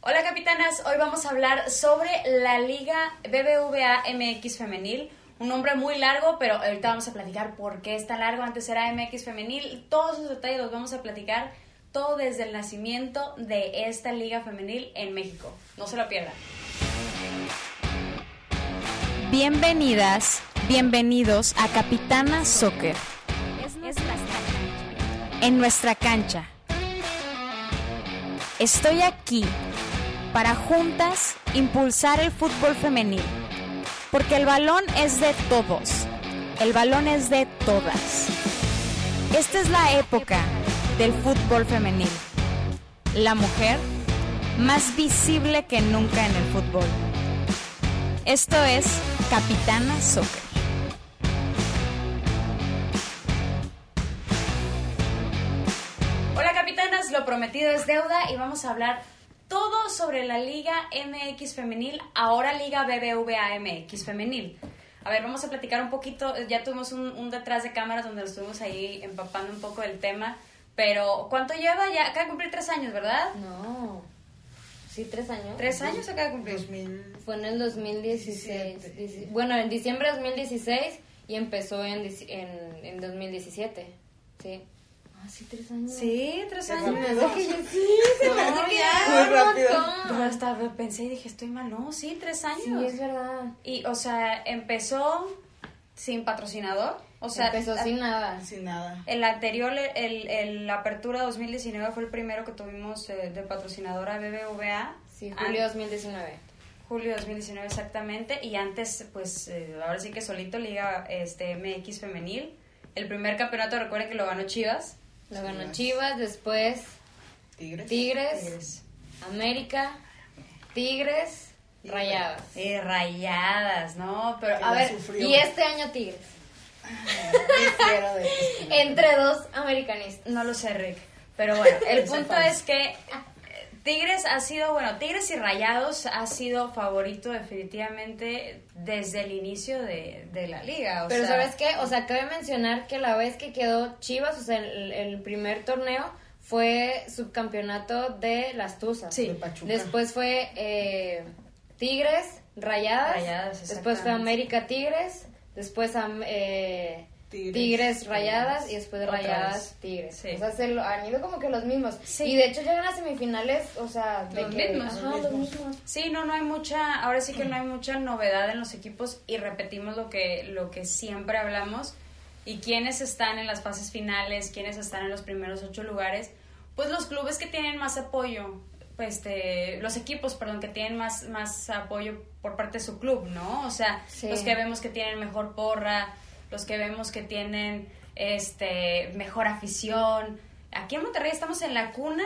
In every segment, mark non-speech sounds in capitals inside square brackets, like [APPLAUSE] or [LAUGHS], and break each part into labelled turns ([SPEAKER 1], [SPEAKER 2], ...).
[SPEAKER 1] Hola capitanas, hoy vamos a hablar sobre la Liga BBVA MX Femenil. Un nombre muy largo, pero ahorita vamos a platicar por qué es tan largo. Antes era MX Femenil. Todos los detalles los vamos a platicar todo desde el nacimiento de esta Liga Femenil en México. No se lo pierdan.
[SPEAKER 2] Bienvenidas, bienvenidos a Capitana Soccer. En nuestra cancha. Estoy aquí para juntas impulsar el fútbol femenil. Porque el balón es de todos. El balón es de todas. Esta es la época del fútbol femenil. La mujer más visible que nunca en el fútbol. Esto es Capitana Soccer.
[SPEAKER 1] Hola capitanas, lo prometido es deuda y vamos a hablar todo sobre la Liga MX Femenil, ahora Liga BBVA MX Femenil. A ver, vamos a platicar un poquito, ya tuvimos un, un detrás de cámaras donde nos estuvimos ahí empapando un poco del tema, pero ¿cuánto lleva? Ya acaba de cumplir tres años, ¿verdad?
[SPEAKER 3] No. Sí, tres años.
[SPEAKER 1] ¿Tres años acaba de cumplir?
[SPEAKER 4] 2000.
[SPEAKER 3] Fue en el 2016.
[SPEAKER 4] Diecisiete.
[SPEAKER 3] dieci- Bueno, en diciembre de 2016 y empezó en, dieci- en, en 2017. Sí. Ah, sí, tres años.
[SPEAKER 1] Sí, tres
[SPEAKER 4] Qué
[SPEAKER 1] años.
[SPEAKER 4] rápido.
[SPEAKER 3] [LAUGHS] Sí, sí, se me hace que
[SPEAKER 4] ya.
[SPEAKER 3] ya
[SPEAKER 4] Muy
[SPEAKER 3] un
[SPEAKER 4] rápido.
[SPEAKER 1] Pero
[SPEAKER 3] montón.
[SPEAKER 1] hasta pensé y dije, estoy mal, no, sí, tres
[SPEAKER 3] Sí,
[SPEAKER 1] años.
[SPEAKER 3] es verdad.
[SPEAKER 1] Y, o sea, empezó sin patrocinador. O sea,
[SPEAKER 3] empezó
[SPEAKER 1] a-
[SPEAKER 3] sin nada.
[SPEAKER 4] Sin nada.
[SPEAKER 1] el anterior, el, el- la apertura 2019 fue el primero que tuvimos eh, de patrocinadora BBVA.
[SPEAKER 3] Sí, julio
[SPEAKER 1] An-
[SPEAKER 3] 2019.
[SPEAKER 1] julio 2019 exactamente. Y antes, pues, eh, ahora sí que solito Liga este, MX Femenil. El primer campeonato, recuerden que lo ganó Chivas.
[SPEAKER 3] Lo ganó
[SPEAKER 4] Chivas.
[SPEAKER 3] Chivas, después
[SPEAKER 4] Tigres.
[SPEAKER 3] Tigres,
[SPEAKER 1] Tigres.
[SPEAKER 3] América, Tigres,
[SPEAKER 4] Y
[SPEAKER 3] Rayadas.
[SPEAKER 1] Eh, rayadas, ¿no? Pero,
[SPEAKER 4] Que
[SPEAKER 1] a
[SPEAKER 4] la
[SPEAKER 1] ver,
[SPEAKER 4] sufrió.
[SPEAKER 3] Y este año Tigres.
[SPEAKER 4] Difiero de ti.
[SPEAKER 3] Entre dos americanistas.
[SPEAKER 1] No lo sé, Rick. Pero bueno,
[SPEAKER 3] [LAUGHS]
[SPEAKER 1] el
[SPEAKER 4] Soy
[SPEAKER 1] punto
[SPEAKER 4] fan.
[SPEAKER 1] es que eh, Tigres ha sido, bueno, Tigres y Rayados ha sido favorito definitivamente desde el inicio de, de la liga. o
[SPEAKER 3] Pero
[SPEAKER 1] sea,
[SPEAKER 3] ¿sabes qué? O sea, cabe mencionar que la vez que quedó Chivas, o sea, el, el primer torneo fue subcampeonato de las Tuzas.
[SPEAKER 1] Sí.
[SPEAKER 4] De Pachuca.
[SPEAKER 3] Después fue eh, Tigres, Rayadas.
[SPEAKER 1] Rayadas,
[SPEAKER 3] después fue
[SPEAKER 1] exactamente.
[SPEAKER 3] América Tigres. Después am- eh,
[SPEAKER 4] Tigres,
[SPEAKER 3] Tigres, Rayadas y después
[SPEAKER 1] Otra
[SPEAKER 3] Rayadas
[SPEAKER 1] vez.
[SPEAKER 3] Tigres.
[SPEAKER 1] Sí.
[SPEAKER 3] O sea, se lo- han ido como que los mismos.
[SPEAKER 1] Sí.
[SPEAKER 3] Y de hecho llegan a semifinales, o sea, de
[SPEAKER 1] Los
[SPEAKER 3] que-
[SPEAKER 1] mismos,
[SPEAKER 3] ajá,
[SPEAKER 4] los
[SPEAKER 3] los
[SPEAKER 4] mismos.
[SPEAKER 3] mismos.
[SPEAKER 1] Sí, no, no hay mucha, ahora sí que no hay mucha novedad en los equipos y repetimos lo que, lo que siempre hablamos y quienes están en las fases finales, quienes están en los primeros ocho lugares, pues los clubes que tienen más apoyo, pues, este, los equipos, perdón, que tienen más, más apoyo por parte de su club, ¿no? O sea,
[SPEAKER 3] Sí.
[SPEAKER 1] los que vemos que tienen mejor porra, los que vemos que tienen este mejor afición. Aquí en Monterrey estamos en la cuna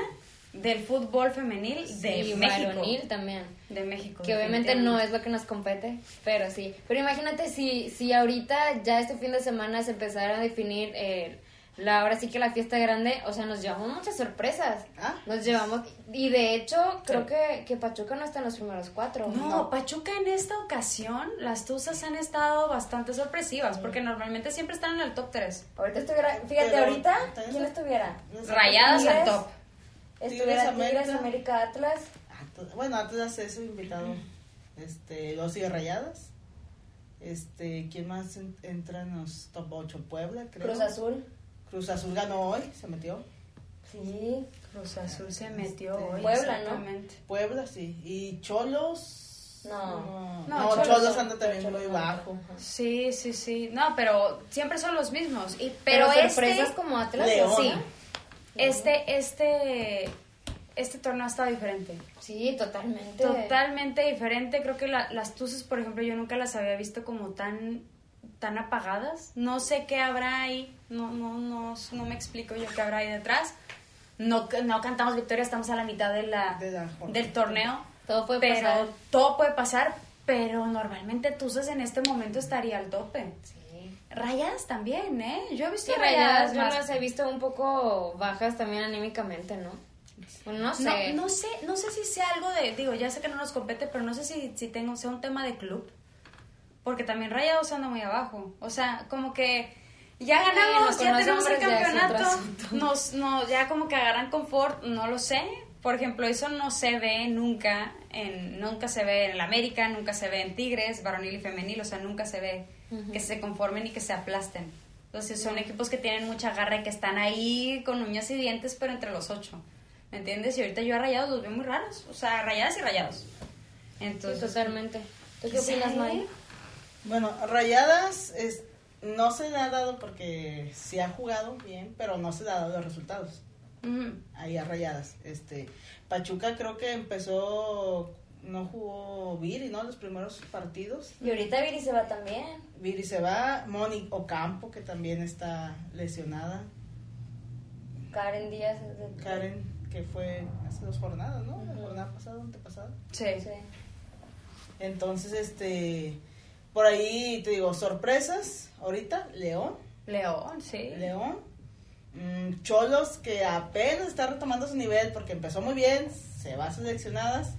[SPEAKER 1] del fútbol femenil de
[SPEAKER 3] y
[SPEAKER 1] México.
[SPEAKER 3] varonil también.
[SPEAKER 1] De México.
[SPEAKER 3] Que obviamente no
[SPEAKER 1] definitivamente.
[SPEAKER 3] es lo que nos compete, pero sí. Pero imagínate si, si ahorita, ya este fin de semana, se empezara a definir eh, la ahora sí que la fiesta grande, o sea, nos llevamos muchas sorpresas.
[SPEAKER 4] Ah.
[SPEAKER 3] Nos llevamos, y de hecho, creo que, que Pachuca no está en los primeros cuatro.
[SPEAKER 1] No, Pachuca en esta ocasión, las Tuzas han estado bastante sorpresivas, porque normalmente siempre están en el top 3.
[SPEAKER 3] Ahorita estuviera, fíjate,
[SPEAKER 4] Pero-
[SPEAKER 3] ahorita,
[SPEAKER 4] entonces-
[SPEAKER 3] ¿quién estuviera?
[SPEAKER 1] Pues,
[SPEAKER 4] No sé.
[SPEAKER 1] Rayadas al
[SPEAKER 3] Tigres.
[SPEAKER 1] top.
[SPEAKER 4] Tigres,
[SPEAKER 3] Estuviera Tigres,
[SPEAKER 4] América.
[SPEAKER 3] América, Atlas.
[SPEAKER 4] Ah, tú- Bueno, antes de hacer eso, invitado. Este, los y Rayadas. Este, ¿quién más en- entra en los top 8? Puebla, creo.
[SPEAKER 3] Cruz Azul.
[SPEAKER 4] Cruz Azul ganó hoy, se metió.
[SPEAKER 3] Sí.
[SPEAKER 1] Cruz Azul se metió
[SPEAKER 4] Este,
[SPEAKER 1] hoy.
[SPEAKER 3] Puebla, ¿no?
[SPEAKER 1] exactamente.
[SPEAKER 4] Puebla, sí. ¿Y Cholos?
[SPEAKER 3] No.
[SPEAKER 4] No,
[SPEAKER 1] No,
[SPEAKER 4] Cholos,
[SPEAKER 3] Cholos
[SPEAKER 4] anda también
[SPEAKER 3] Cholos
[SPEAKER 4] muy
[SPEAKER 3] anda.
[SPEAKER 4] bajo.
[SPEAKER 1] Sí, sí, sí. No, pero siempre son los mismos. Y,
[SPEAKER 3] Pero,
[SPEAKER 1] pero
[SPEAKER 3] sorpresas
[SPEAKER 1] este,
[SPEAKER 3] como Atlas.
[SPEAKER 4] León.
[SPEAKER 3] Sí.
[SPEAKER 1] este, este, este torneo ha estado diferente.
[SPEAKER 3] Sí, totalmente.
[SPEAKER 1] Totalmente diferente. Creo que la- las tuzas, por ejemplo, yo nunca las había visto como tan, tan apagadas. No sé qué habrá ahí. No, no, no, no me explico yo qué habrá ahí detrás. No, no cantamos victoria, estamos a la mitad de la,
[SPEAKER 4] De la jornada.
[SPEAKER 1] del torneo.
[SPEAKER 3] Todo puede
[SPEAKER 1] pero
[SPEAKER 3] pasar.
[SPEAKER 1] todo puede pasar. Pero normalmente Tuzas en este momento estaría al tope.
[SPEAKER 3] Sí.
[SPEAKER 1] Rayadas también, ¿eh? Yo he visto
[SPEAKER 3] Sí,
[SPEAKER 1] rayadas,
[SPEAKER 3] rayadas yo
[SPEAKER 1] más
[SPEAKER 3] las he visto un poco bajas también anímicamente, ¿no? Bueno, no sé.
[SPEAKER 1] No, no sé, no sé si sea algo de, digo, ya sé que no nos compete, pero no sé si, si tengo, sea un tema de club. Porque también Rayados anda muy abajo. O sea, como que ya
[SPEAKER 3] Bueno,
[SPEAKER 1] ganamos,
[SPEAKER 3] con
[SPEAKER 1] ya
[SPEAKER 3] los
[SPEAKER 1] tenemos el [LAUGHS]
[SPEAKER 3] hombres ya es otro
[SPEAKER 1] campeonato.
[SPEAKER 3] asunto.
[SPEAKER 1] Nos, nos, ya como que agarran confort, no lo sé. Por ejemplo, eso no se ve nunca, en, nunca se ve en el América, nunca se ve en Tigres, varonil y femenil, o sea, nunca se ve que se conformen y que se aplasten. Entonces, son equipos que tienen mucha garra y que están ahí con uñas y dientes, pero entre los ocho. ¿Me entiendes? Y ahorita yo a rayados los veo muy raros, o sea, rayadas y rayados. Entonces,
[SPEAKER 3] totalmente. ¿Tú qué opinas, Mari?
[SPEAKER 4] Bueno, Rayadas es, no se le ha dado porque se ha jugado bien, pero no se le ha dado los resultados.
[SPEAKER 1] ujú.
[SPEAKER 4] Ahí a Rayadas. Este, Pachuca creo que empezó, no jugó Viri, ¿no? Los primeros partidos.
[SPEAKER 3] Y ahorita Viri se va también.
[SPEAKER 4] Viri se va, Moni Ocampo, que también está lesionada.
[SPEAKER 3] Karen Díaz. es de-
[SPEAKER 4] Karen, que fue hace dos jornadas, ¿no? La
[SPEAKER 3] Ujú.
[SPEAKER 4] jornada pasada, antepasada.
[SPEAKER 1] sí.
[SPEAKER 3] Sí.
[SPEAKER 4] Entonces, este, por ahí te digo, sorpresas. Ahorita, León.
[SPEAKER 1] León, sí.
[SPEAKER 4] León. Mm, Cholos que apenas está retomando su nivel porque empezó muy bien, se va a seleccionadas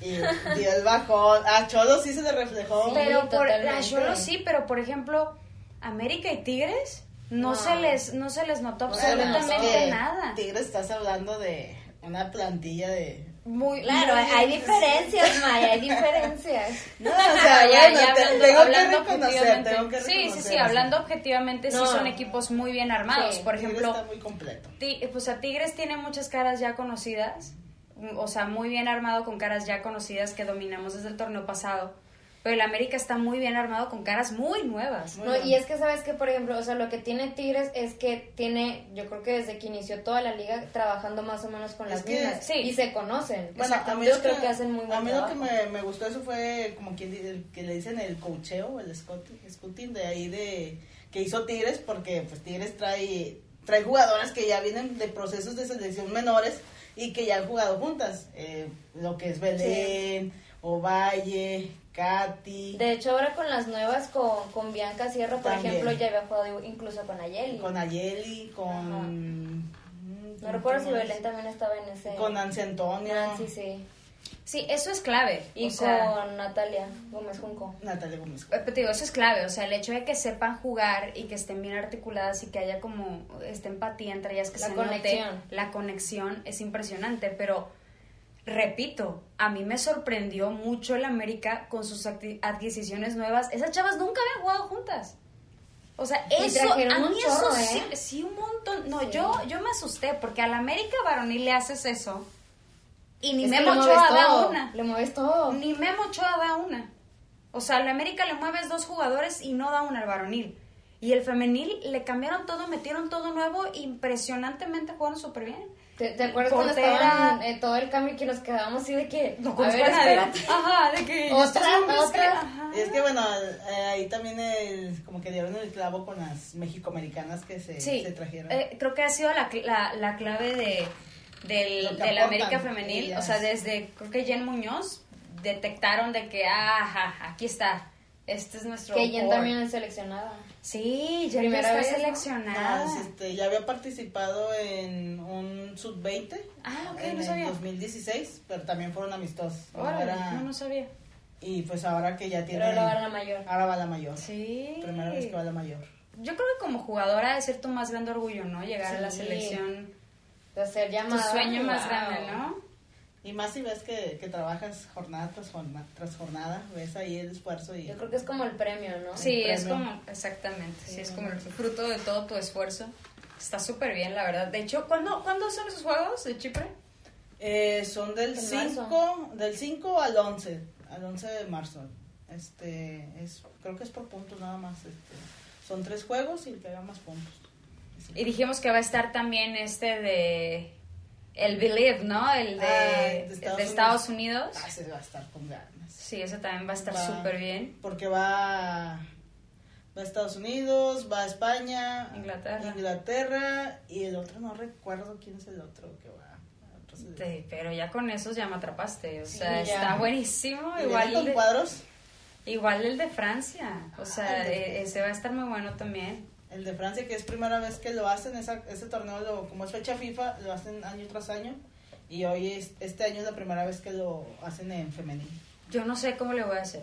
[SPEAKER 4] y dio el bajón. A Cholos sí se le reflejó.
[SPEAKER 1] Pero por
[SPEAKER 3] totalmente.
[SPEAKER 1] a Cholos sí, pero por ejemplo, América y Tigres no,
[SPEAKER 3] No.
[SPEAKER 1] se les no se les notó
[SPEAKER 4] O sea,
[SPEAKER 1] absolutamente
[SPEAKER 4] que
[SPEAKER 1] nada. [LAUGHS]
[SPEAKER 4] Tigres, estás hablando de una plantilla de.
[SPEAKER 1] Muy
[SPEAKER 3] Claro,
[SPEAKER 1] muy-
[SPEAKER 3] hay diferencias, Mari, hay [LAUGHS] diferencias.
[SPEAKER 4] No, [LAUGHS] o sea,
[SPEAKER 1] Ya,
[SPEAKER 4] bueno,
[SPEAKER 1] ya
[SPEAKER 4] te-
[SPEAKER 1] hablando-
[SPEAKER 4] tengo,
[SPEAKER 1] hablando
[SPEAKER 4] que reconocer,
[SPEAKER 1] objetivamente.
[SPEAKER 4] tengo que reconocer.
[SPEAKER 1] Sí, sí, sí,
[SPEAKER 4] o sea,
[SPEAKER 1] hablando objetivamente
[SPEAKER 3] No.
[SPEAKER 1] sí son equipos muy bien armados,
[SPEAKER 3] Sí,
[SPEAKER 1] por
[SPEAKER 4] Tigres
[SPEAKER 1] ejemplo,
[SPEAKER 4] está muy completo.
[SPEAKER 1] Ti- pues a Tigres tiene muchas caras ya conocidas, mm, o sea, muy bien armado con caras ya conocidas que dominamos desde el torneo pasado, pero el América está muy bien armado con caras muy nuevas.
[SPEAKER 4] Muy
[SPEAKER 3] No,
[SPEAKER 4] bien.
[SPEAKER 3] y es que sabes que, por ejemplo, o sea, lo que tiene Tigres es que tiene, yo creo que desde que inició toda la liga trabajando más o menos con
[SPEAKER 4] Es
[SPEAKER 3] las
[SPEAKER 4] que-
[SPEAKER 3] mismas
[SPEAKER 1] sí.
[SPEAKER 3] y se conocen.
[SPEAKER 4] Bueno, a mí,
[SPEAKER 3] yo
[SPEAKER 4] lo
[SPEAKER 3] creo
[SPEAKER 4] que,
[SPEAKER 3] que, hacen muy buen
[SPEAKER 4] a mí lo
[SPEAKER 3] trabajo.
[SPEAKER 4] que me, me gustó eso fue como quien di- el que le dicen el cocheo, el scouting, scouting de ahí de que hizo Tigres porque pues Tigres trae trae jugadoras que ya vienen de procesos de selección menores y que ya han jugado juntas, eh, lo que es Belén, Ovalle, Katy,
[SPEAKER 3] De hecho, ahora con las nuevas, con, con Bianca Sierra, por
[SPEAKER 4] También.
[SPEAKER 3] ejemplo, ya había jugado incluso con Ayeli.
[SPEAKER 4] con Ayeli,
[SPEAKER 3] Ajá.
[SPEAKER 4] con mm,
[SPEAKER 3] No recuerdo si
[SPEAKER 4] ¿quién más?
[SPEAKER 3] Belén también estaba en ese.
[SPEAKER 4] con Nancy Antonio,
[SPEAKER 3] Nancy, sí.
[SPEAKER 1] Sí, eso es clave.
[SPEAKER 3] Y
[SPEAKER 1] o sea,
[SPEAKER 3] con Natalia Gómez Junco.
[SPEAKER 4] Natalia Gómez.
[SPEAKER 1] Eh, pero te digo, eso es clave, o sea, el hecho de que sepan jugar y que estén bien articuladas y que haya como esta empatía entre ellas que
[SPEAKER 3] La
[SPEAKER 1] se
[SPEAKER 3] conexión.
[SPEAKER 1] note, la conexión es impresionante, pero repito, a mí me sorprendió mucho el América con sus acti- adquisiciones nuevas. Esas chavas nunca habían jugado juntas. O sea,
[SPEAKER 3] Y
[SPEAKER 1] eso
[SPEAKER 3] trajeron
[SPEAKER 1] a
[SPEAKER 3] un
[SPEAKER 1] mí
[SPEAKER 3] chorro,
[SPEAKER 1] eso
[SPEAKER 3] ¿eh?
[SPEAKER 1] sí, sí, un montón. No,
[SPEAKER 3] Sí.
[SPEAKER 1] yo yo me asusté porque al América varonil le haces eso y ni
[SPEAKER 3] Es
[SPEAKER 1] me
[SPEAKER 3] que le
[SPEAKER 1] mochó
[SPEAKER 3] mueves
[SPEAKER 1] a
[SPEAKER 3] todo,
[SPEAKER 1] dar una.
[SPEAKER 3] Le mueves todo.
[SPEAKER 1] Ni Memo Ochoa da una. O sea, al América le mueves dos jugadores y no da una al varonil. Y el femenil le cambiaron todo, metieron todo nuevo, impresionantemente jugaron súper bien.
[SPEAKER 3] ¿Te, te acuerdas
[SPEAKER 1] Portera.
[SPEAKER 3] cuando estaban eh, todo el cambio y que nos quedábamos así de que.
[SPEAKER 1] No
[SPEAKER 3] a
[SPEAKER 1] conozco
[SPEAKER 3] ver,
[SPEAKER 1] a nadie.
[SPEAKER 3] espérate.
[SPEAKER 1] Ajá, de que.
[SPEAKER 3] Otra,
[SPEAKER 1] estos nombres
[SPEAKER 3] otra.
[SPEAKER 1] que- ajá.
[SPEAKER 4] Es que bueno, eh, ahí también el, como que dieron el clavo con las mexicoamericanas que se,
[SPEAKER 1] Sí,
[SPEAKER 4] se trajeron.
[SPEAKER 1] eh, creo que ha sido la, cl- la, la clave de, del,
[SPEAKER 4] Lo que
[SPEAKER 1] del
[SPEAKER 4] aportan
[SPEAKER 1] América Femenil.
[SPEAKER 4] ellas.
[SPEAKER 1] O sea, desde creo que Jen Muñoz detectaron de que, ajá, aquí está. Este es nuestro.
[SPEAKER 3] Que Jen
[SPEAKER 1] core.
[SPEAKER 3] también es seleccionada.
[SPEAKER 1] Sí, Jen
[SPEAKER 3] Primera
[SPEAKER 1] está
[SPEAKER 3] vez, ¿no?
[SPEAKER 1] seleccionada.
[SPEAKER 4] Más, este, ya había participado en un sub-20
[SPEAKER 1] Ah, ok,
[SPEAKER 4] en
[SPEAKER 1] no
[SPEAKER 4] el
[SPEAKER 1] sabía.
[SPEAKER 4] 2016, pero también fueron amistosos. No
[SPEAKER 1] Órale,
[SPEAKER 4] era-
[SPEAKER 1] no, no sabía.
[SPEAKER 4] Y pues ahora que ya
[SPEAKER 3] Pero
[SPEAKER 4] tiene...
[SPEAKER 3] ahora va la mayor.
[SPEAKER 4] ahora va la mayor.
[SPEAKER 1] Sí.
[SPEAKER 4] Primera vez que va la mayor.
[SPEAKER 1] Yo creo que como jugadora es ser tu más grande orgullo, ¿no? Llegar a la
[SPEAKER 3] Sí.
[SPEAKER 1] selección.
[SPEAKER 3] De ser
[SPEAKER 1] Tu
[SPEAKER 3] llamada.
[SPEAKER 1] sueño más
[SPEAKER 3] Ah, Wow.
[SPEAKER 1] grande, ¿no?
[SPEAKER 4] Y más si ves que, que trabajas jornada tras jornada, tras jornada, ves ahí el esfuerzo y...
[SPEAKER 3] Yo creo que es como el premio, ¿no?
[SPEAKER 1] Sí,
[SPEAKER 4] El
[SPEAKER 1] es
[SPEAKER 4] premio.
[SPEAKER 1] como, exactamente, sí, es como el fruto de todo tu esfuerzo. Está súper bien, la verdad. De hecho, ¿cuándo, ¿cuándo son esos juegos de Chipre?
[SPEAKER 4] Eh, son del
[SPEAKER 3] En marzo.
[SPEAKER 4] 5 del 5 al 11, al 11 de marzo. Este es creo que es por puntos nada más, este, son tres juegos y el que haga más puntos.
[SPEAKER 1] Y dijimos que va a estar también este de... El Believe, ¿no? El de,
[SPEAKER 4] Ah, de
[SPEAKER 1] el de Estados,
[SPEAKER 4] Estados
[SPEAKER 1] Unidos.
[SPEAKER 4] Ah, ese va a estar con ganas.
[SPEAKER 1] Sí, ese también va a estar
[SPEAKER 4] Va-
[SPEAKER 1] súper bien.
[SPEAKER 4] Porque va va a Estados Unidos, va a España,
[SPEAKER 1] Inglaterra.
[SPEAKER 4] Inglaterra y el otro no recuerdo quién es el otro que va. a otro se-
[SPEAKER 1] Sí, Este, pero ya con esos ya me atrapaste. O
[SPEAKER 3] Sí,
[SPEAKER 1] sea,
[SPEAKER 3] ya.
[SPEAKER 1] está buenísimo.
[SPEAKER 4] ¿Viene
[SPEAKER 1] Igual
[SPEAKER 4] con
[SPEAKER 1] de-
[SPEAKER 4] cuadros,
[SPEAKER 1] Igual el de Francia, o
[SPEAKER 3] Ah,
[SPEAKER 1] sea,
[SPEAKER 4] Ay,
[SPEAKER 1] e- ese va a estar muy bueno también.
[SPEAKER 4] el de Francia, que es primera vez que lo hacen, esa, ese torneo, lo, como es fecha FIFA, lo hacen año tras año. Y hoy, es- este año es la primera vez que lo hacen en femenil.
[SPEAKER 1] Yo no sé cómo le voy a hacer.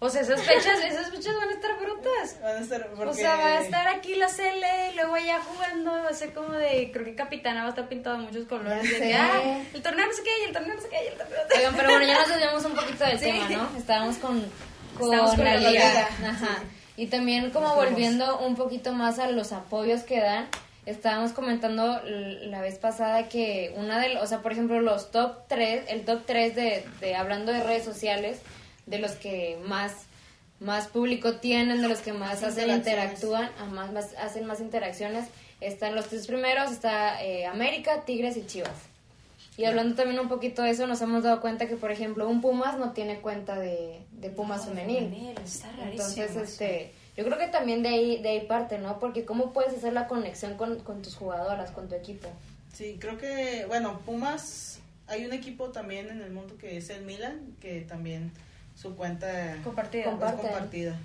[SPEAKER 1] O sea, esas fechas, esas fechas van a estar brutas.
[SPEAKER 4] Van a estar-
[SPEAKER 1] O
[SPEAKER 4] porque-
[SPEAKER 1] sea, va a estar aquí la CL y luego allá jugando, va a ser como de, creo que Capitana va a estar pintado de muchos colores. de
[SPEAKER 3] Ya sé.
[SPEAKER 1] que, ah, el torneo no sé qué, y el torneo no sé qué, y el torneo no sé qué.
[SPEAKER 3] [LAUGHS] Oigan, pero bueno, ya nos desviamos un poquito del
[SPEAKER 1] Sí.
[SPEAKER 3] tema, ¿no? Estábamos con, con,
[SPEAKER 1] Estábamos con
[SPEAKER 3] la
[SPEAKER 1] la
[SPEAKER 3] liga.
[SPEAKER 1] liga.
[SPEAKER 3] Ajá. Y también como
[SPEAKER 4] fuimos.
[SPEAKER 3] volviendo un poquito más a los apoyos que dan, estábamos comentando l- la vez pasada que una de, o sea, por ejemplo, los top 3, el top 3 de, de hablando de redes sociales, de los que más más público tienen, de los que más hacen
[SPEAKER 4] interacciones.
[SPEAKER 3] interactúan, a más, más- hacen más interacciones, están los tres primeros, está eh, América, Tigres y Chivas. Y hablando también un poquito de eso, nos hemos dado cuenta que, por ejemplo, un Pumas no tiene cuenta de, de Pumas femenil.
[SPEAKER 1] Está rarísimo.
[SPEAKER 3] Entonces, este, yo creo que también de ahí, de ahí parte, ¿no? Porque cómo puedes hacer la conexión con, con tus jugadoras, con
[SPEAKER 1] [LAUGHS]
[SPEAKER 3] tu equipo.
[SPEAKER 4] Sí, creo que, bueno, Pumas, hay un equipo también en el mundo que es el Milan, que también su cuenta es
[SPEAKER 1] Compartido.
[SPEAKER 3] Comparten.
[SPEAKER 4] compartida.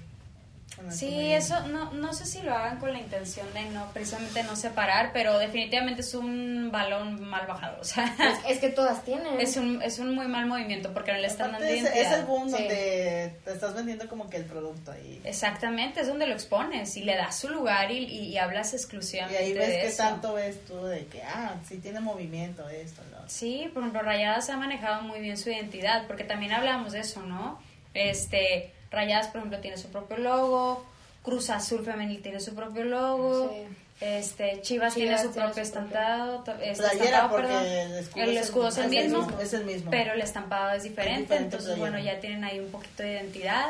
[SPEAKER 4] con la
[SPEAKER 1] Sí,
[SPEAKER 4] femenina.
[SPEAKER 1] eso no, no sé si lo hagan con la intención de no precisamente no separar, pero definitivamente es un balón mal bajado, o sea,
[SPEAKER 3] Es, es que todas tienen.
[SPEAKER 1] es un, es un muy mal movimiento porque no le están dando
[SPEAKER 4] Aparte es, es
[SPEAKER 1] identidad.
[SPEAKER 4] el boom
[SPEAKER 3] Sí.
[SPEAKER 4] donde te estás vendiendo como que el producto ahí.
[SPEAKER 1] Exactamente, es donde lo expones y le das su lugar y, y- y hablas
[SPEAKER 4] Y
[SPEAKER 1] exclusivamente
[SPEAKER 4] ahí
[SPEAKER 1] de
[SPEAKER 4] ves que
[SPEAKER 1] eso.
[SPEAKER 4] tanto ves tú de que, ah, sí tiene movimiento esto, lo otro.
[SPEAKER 1] Sí, por ejemplo, Rayadas ha manejado muy bien su identidad, porque también hablábamos de eso, ¿no? Este, Rayadas, por ejemplo, tiene su propio logo, Cruz Azul Femenil tiene su propio logo,
[SPEAKER 3] Sí.
[SPEAKER 1] este, Chivas,
[SPEAKER 3] Chivas
[SPEAKER 1] tiene su
[SPEAKER 3] tiene
[SPEAKER 1] propio
[SPEAKER 3] su propio.
[SPEAKER 1] estampado, to- este,
[SPEAKER 4] Playera,
[SPEAKER 1] estampado,
[SPEAKER 4] porque
[SPEAKER 1] perdón.
[SPEAKER 4] el escudo,
[SPEAKER 1] El escudo es el mismo,
[SPEAKER 4] Es el mismo.
[SPEAKER 1] pero el estampado es diferente,
[SPEAKER 4] diferente
[SPEAKER 1] entonces,
[SPEAKER 4] playera.
[SPEAKER 1] bueno, ya tienen ahí un poquito de identidad,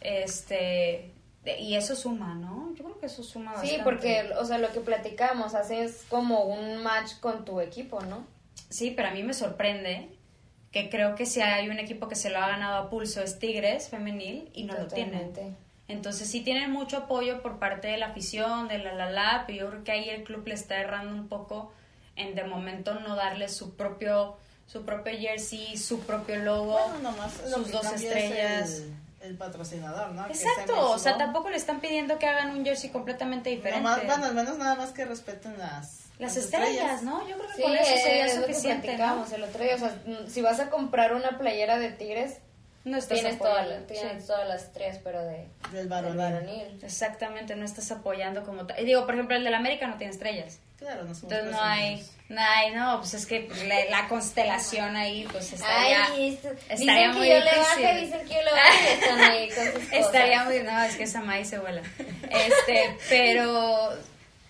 [SPEAKER 1] este, de- y eso suma, ¿no? Yo creo que eso suma bastante.
[SPEAKER 3] Sí, porque, o sea, lo que platicamos, haces como un match con tu equipo, ¿no?
[SPEAKER 1] Sí, pero a mí me sorprende que creo que si hay un equipo que se lo ha ganado a pulso es Tigres femenil y no lo
[SPEAKER 3] Totalmente.
[SPEAKER 1] tienen. Entonces sí tienen mucho apoyo por parte de la afición, de la la la, pero yo creo que ahí el club le está errando un poco en de momento no darle su propio su propio jersey, su propio logo,
[SPEAKER 4] Bueno, nomás lo
[SPEAKER 1] sus
[SPEAKER 4] que
[SPEAKER 1] dos
[SPEAKER 4] cambia es
[SPEAKER 1] estrellas.
[SPEAKER 4] El, el patrocinador, ¿no? Que sea
[SPEAKER 1] Exacto, o sea,
[SPEAKER 4] mensual.
[SPEAKER 1] tampoco le están pidiendo que hagan un jersey completamente diferente.
[SPEAKER 4] Nomás, bueno, al menos nada más que respeten las...
[SPEAKER 1] Las estrellas, ¿no? Yo creo que
[SPEAKER 3] Sí,
[SPEAKER 1] con eso sería
[SPEAKER 3] es lo que
[SPEAKER 1] suficiente, ¿no?
[SPEAKER 3] platicamos el otro día. O sea, mm, si vas a comprar una playera de Tigres,
[SPEAKER 1] No estás
[SPEAKER 3] tienes,
[SPEAKER 1] apoyando.
[SPEAKER 3] todas las- tienes
[SPEAKER 1] Sí.
[SPEAKER 3] todas las tres, pero de
[SPEAKER 4] Del
[SPEAKER 3] del
[SPEAKER 4] varonil.
[SPEAKER 3] varonil.
[SPEAKER 1] Exactamente, no estás apoyando como tal. Y Digo, por ejemplo, el del América no tiene estrellas.
[SPEAKER 4] Claro, no somos
[SPEAKER 1] Entonces no hay,
[SPEAKER 4] personas.
[SPEAKER 1] no hay, no, pues es que la, la constelación ahí, pues estaría,
[SPEAKER 3] Ay, esto-
[SPEAKER 1] estaría
[SPEAKER 3] dicen
[SPEAKER 1] muy
[SPEAKER 3] que yo
[SPEAKER 1] difícil.
[SPEAKER 3] le baje, dicen que yo le baje, están ahí
[SPEAKER 1] [LAUGHS]
[SPEAKER 3] con sus cosas.
[SPEAKER 1] Estaría muy, no, es que esa maíz se vuela.
[SPEAKER 3] [LAUGHS]
[SPEAKER 1] Este, pero,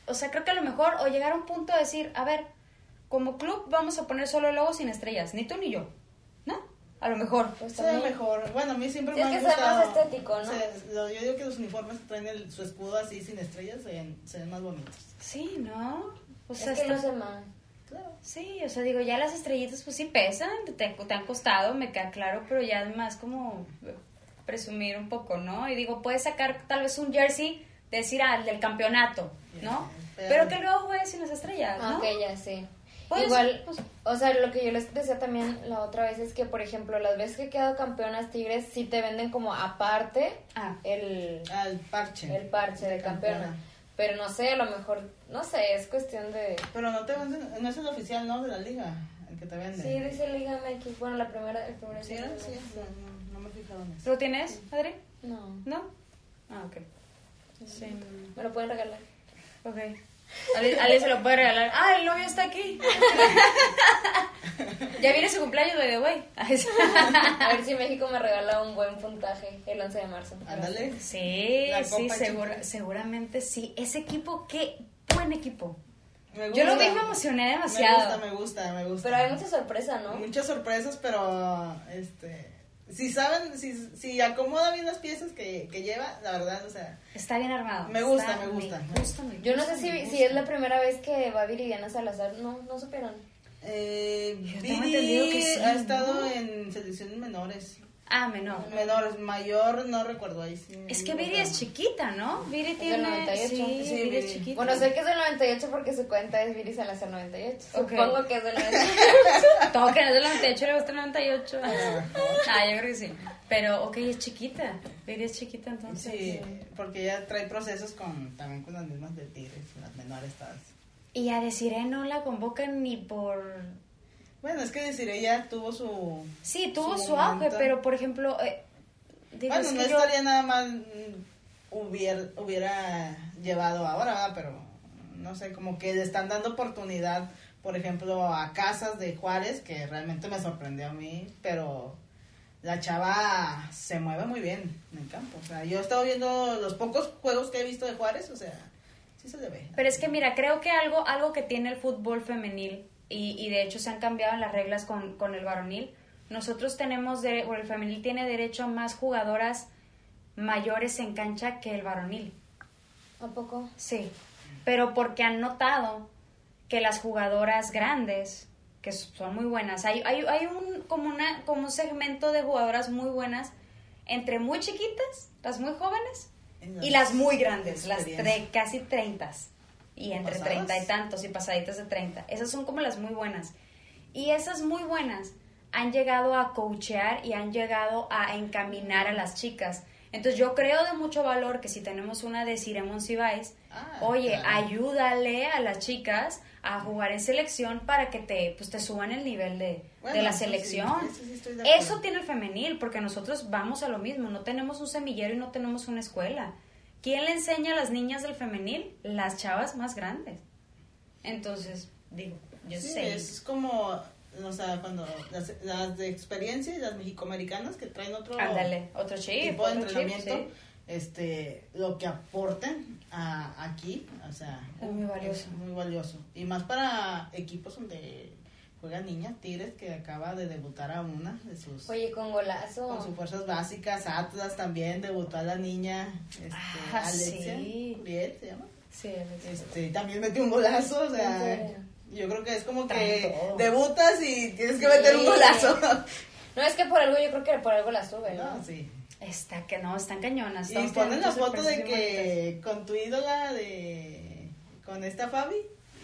[SPEAKER 1] o sea, creo que a lo mejor, o llegar a un punto de decir, a ver, como club vamos a poner solo logos sin estrellas, ni tú ni yo, ¿no? A lo mejor.
[SPEAKER 3] Pues
[SPEAKER 4] Sí,
[SPEAKER 3] también.
[SPEAKER 4] mejor. Bueno, a mí siempre
[SPEAKER 3] Sí, es
[SPEAKER 4] me ha
[SPEAKER 3] que sea más
[SPEAKER 4] gustado.
[SPEAKER 3] estético, ¿no?
[SPEAKER 4] Se- lo- yo digo que los uniformes que traen el- su escudo así sin estrellas se ven, se ven más bonitos.
[SPEAKER 1] Sí, ¿no? O sea,
[SPEAKER 3] es que
[SPEAKER 1] está-
[SPEAKER 3] no se ma-
[SPEAKER 4] Claro.
[SPEAKER 1] Sí, o sea, digo, ya las estrellitas pues sí pesan, te, te han costado, me queda claro, pero ya es más como presumir un poco, ¿no? Y digo, puedes sacar tal vez un jersey, decir al del campeonato, ¿no?
[SPEAKER 4] Ya,
[SPEAKER 1] Pero
[SPEAKER 4] pero-
[SPEAKER 1] que luego juegues sin las estrellas,
[SPEAKER 3] Ah,
[SPEAKER 1] ¿no?
[SPEAKER 3] Ok, ya sé.
[SPEAKER 1] Pues,
[SPEAKER 3] Igual,
[SPEAKER 1] pues-
[SPEAKER 3] o sea, lo que yo les decía también la otra vez es que, por ejemplo, las veces que he quedado campeonas Tigres, sí te venden como aparte
[SPEAKER 1] Ah.
[SPEAKER 3] el,
[SPEAKER 4] Al parche.
[SPEAKER 3] el parche de campeona. Pero no sé, a lo mejor, no sé, es cuestión de...
[SPEAKER 4] Pero no te venden, no es el oficial, ¿no? De la liga, el que te venden.
[SPEAKER 3] Sí, dice Liga MX, bueno, la primera... El primer
[SPEAKER 4] ¿Sí era? Sí, no, no- no me he fijado en eso.
[SPEAKER 1] ¿Lo tienes, Adri?
[SPEAKER 3] No,
[SPEAKER 1] ¿No? Ah, ok. Sí.
[SPEAKER 3] me lo pueden regalar.
[SPEAKER 1] Ok. Ale, Ale se lo puede regalar. Ah, el novio está aquí. [LAUGHS] ya viene su cumpleaños, by the way.
[SPEAKER 3] A ver si México me regala un buen puntaje el 11 de marzo.
[SPEAKER 4] Ándale.
[SPEAKER 1] Sí,
[SPEAKER 4] La
[SPEAKER 1] sí,
[SPEAKER 4] Copa
[SPEAKER 1] segura-
[SPEAKER 4] Chiquita.
[SPEAKER 1] seguramente sí. Ese equipo, qué buen equipo.
[SPEAKER 4] Me
[SPEAKER 1] Yo lo
[SPEAKER 4] gusta.
[SPEAKER 1] vi, me emocioné demasiado.
[SPEAKER 4] Me gusta, me gusta, me gusta.
[SPEAKER 3] Pero hay mucha sorpresa, ¿no?
[SPEAKER 4] Muchas sorpresas, pero este si saben, si, si acomoda bien las piezas que, que lleva, la verdad, o sea,
[SPEAKER 1] Está bien armado.
[SPEAKER 4] Me gusta,
[SPEAKER 1] Está-
[SPEAKER 4] me gusta.
[SPEAKER 1] me gusta, me
[SPEAKER 3] Yo no
[SPEAKER 1] gusta,
[SPEAKER 3] sé si,
[SPEAKER 1] me
[SPEAKER 3] si
[SPEAKER 1] gusta.
[SPEAKER 3] es la primera vez que va Viridiana Salazar. No, no supieron.
[SPEAKER 4] eh,
[SPEAKER 1] Yo tengo
[SPEAKER 4] Viri
[SPEAKER 1] entendido que sí,
[SPEAKER 4] ha
[SPEAKER 1] ¿no?
[SPEAKER 4] estado en selecciones menores.
[SPEAKER 1] Ah, menor.
[SPEAKER 4] Menores, mayor no recuerdo ahí. sí,
[SPEAKER 1] Es que
[SPEAKER 4] no
[SPEAKER 1] Viri
[SPEAKER 4] recuerdo.
[SPEAKER 1] es chiquita, ¿no? Viri
[SPEAKER 3] del
[SPEAKER 1] tiene.
[SPEAKER 3] 98.
[SPEAKER 1] Sí,
[SPEAKER 4] Sí,
[SPEAKER 1] Viri es
[SPEAKER 4] Viri.
[SPEAKER 1] chiquita.
[SPEAKER 3] Bueno, sé que es del 98 porque su cuenta es Viri Salazar 98.
[SPEAKER 1] Ok.
[SPEAKER 3] Supongo que es del 98.
[SPEAKER 1] Todo que no es del 98, le gusta el 98. Ah, yo creo que sí. Pero, ok, es chiquita. Viri es chiquita entonces.
[SPEAKER 4] Sí, porque ella trae procesos con también con las mismas de Tigres, las menores todas.
[SPEAKER 1] Y a Desiree no la convocan ni por
[SPEAKER 4] Bueno, es que decir, ella tuvo su
[SPEAKER 1] Sí, tuvo
[SPEAKER 4] su
[SPEAKER 1] su auge,
[SPEAKER 4] momento.
[SPEAKER 1] pero por ejemplo, eh, Digo,
[SPEAKER 4] bueno,
[SPEAKER 1] es
[SPEAKER 4] no
[SPEAKER 1] que yo-
[SPEAKER 4] estaría nada más mm, hubiera, hubiera llevado ahora, ¿verdad? pero no sé, como que le están dando oportunidad, por ejemplo, a Casas de Juárez, que realmente me sorprendió a mí, pero la chava se mueve muy bien en el campo. O sea, yo he estado viendo los pocos juegos que he visto de Juárez, o sea, sí se le ve.
[SPEAKER 1] Pero es que mira, creo que algo, algo que tiene el fútbol femenil, y, y de hecho se han cambiado las reglas con, con el varonil, nosotros tenemos, de, o el femenil tiene derecho a más jugadoras mayores en cancha que el varonil.
[SPEAKER 3] ¿A poco?
[SPEAKER 1] Sí, pero porque han notado que las jugadoras grandes, que son muy buenas, hay, hay, hay un, como, una, como un segmento de jugadoras muy buenas entre muy chiquitas, las muy jóvenes, y las muy grandes, las de
[SPEAKER 4] Experiencia.
[SPEAKER 1] casi 30 y entre
[SPEAKER 4] ¿Pasadas?
[SPEAKER 1] 30 y tantos y pasaditas de 30. Esas son como las muy buenas. Y esas muy buenas han llegado a coachear y han llegado a encaminar a las chicas. Entonces yo creo de mucho valor que si tenemos una de Ciremon Cibáez,
[SPEAKER 4] Ah,
[SPEAKER 1] oye,
[SPEAKER 4] claro.
[SPEAKER 1] ayúdale a las chicas a jugar en selección para que te, pues, te suban el nivel de,
[SPEAKER 4] Bueno,
[SPEAKER 1] de la
[SPEAKER 4] eso sí,
[SPEAKER 1] selección.
[SPEAKER 4] eso sí estoy de acuerdo.
[SPEAKER 1] Eso tiene el femenil, porque nosotros vamos a lo mismo, no tenemos un semillero y no tenemos una escuela. ¿Quién le enseña a las niñas del femenil? Las chavas más grandes. Entonces, digo, yo
[SPEAKER 4] Sí,
[SPEAKER 1] sé.
[SPEAKER 4] es como, o sea, cuando las, las de experiencia y las mexicoamericanas que traen otro
[SPEAKER 1] Ándale, otro chip.
[SPEAKER 4] tipo de
[SPEAKER 1] otro chip,
[SPEAKER 4] entrenamiento,
[SPEAKER 1] sí.
[SPEAKER 4] este, lo que aporten a, aquí, o sea,
[SPEAKER 1] Es muy valioso.
[SPEAKER 4] es muy valioso. Y más para equipos donde juegan niñas, Tigres, que acaba de debutar a una de sus...
[SPEAKER 3] Oye, con
[SPEAKER 4] Con
[SPEAKER 3] golazo.
[SPEAKER 4] sus fuerzas básicas, Atlas también debutó a la niña este,
[SPEAKER 1] Ah,
[SPEAKER 4] Alexia
[SPEAKER 1] sí.
[SPEAKER 4] Curiel, se llama.
[SPEAKER 1] Sí, Alex.
[SPEAKER 4] Este, también metió un golazo, o
[SPEAKER 3] ¿En
[SPEAKER 4] sea,
[SPEAKER 3] serio?
[SPEAKER 4] yo creo que es como
[SPEAKER 1] Traen
[SPEAKER 4] que
[SPEAKER 1] todo.
[SPEAKER 4] debutas y tienes que meter un
[SPEAKER 3] Sí.
[SPEAKER 4] golazo.
[SPEAKER 3] No, es que por algo, yo creo que por algo la sube, ¿no?
[SPEAKER 4] No, sí.
[SPEAKER 1] Está que no, están cañonas.
[SPEAKER 4] Y
[SPEAKER 1] todos
[SPEAKER 4] ponen
[SPEAKER 1] tienen
[SPEAKER 4] la
[SPEAKER 1] muchas
[SPEAKER 4] foto de
[SPEAKER 1] sorpresas bien bonitas.
[SPEAKER 4] que con tu ídola de con esta Fabi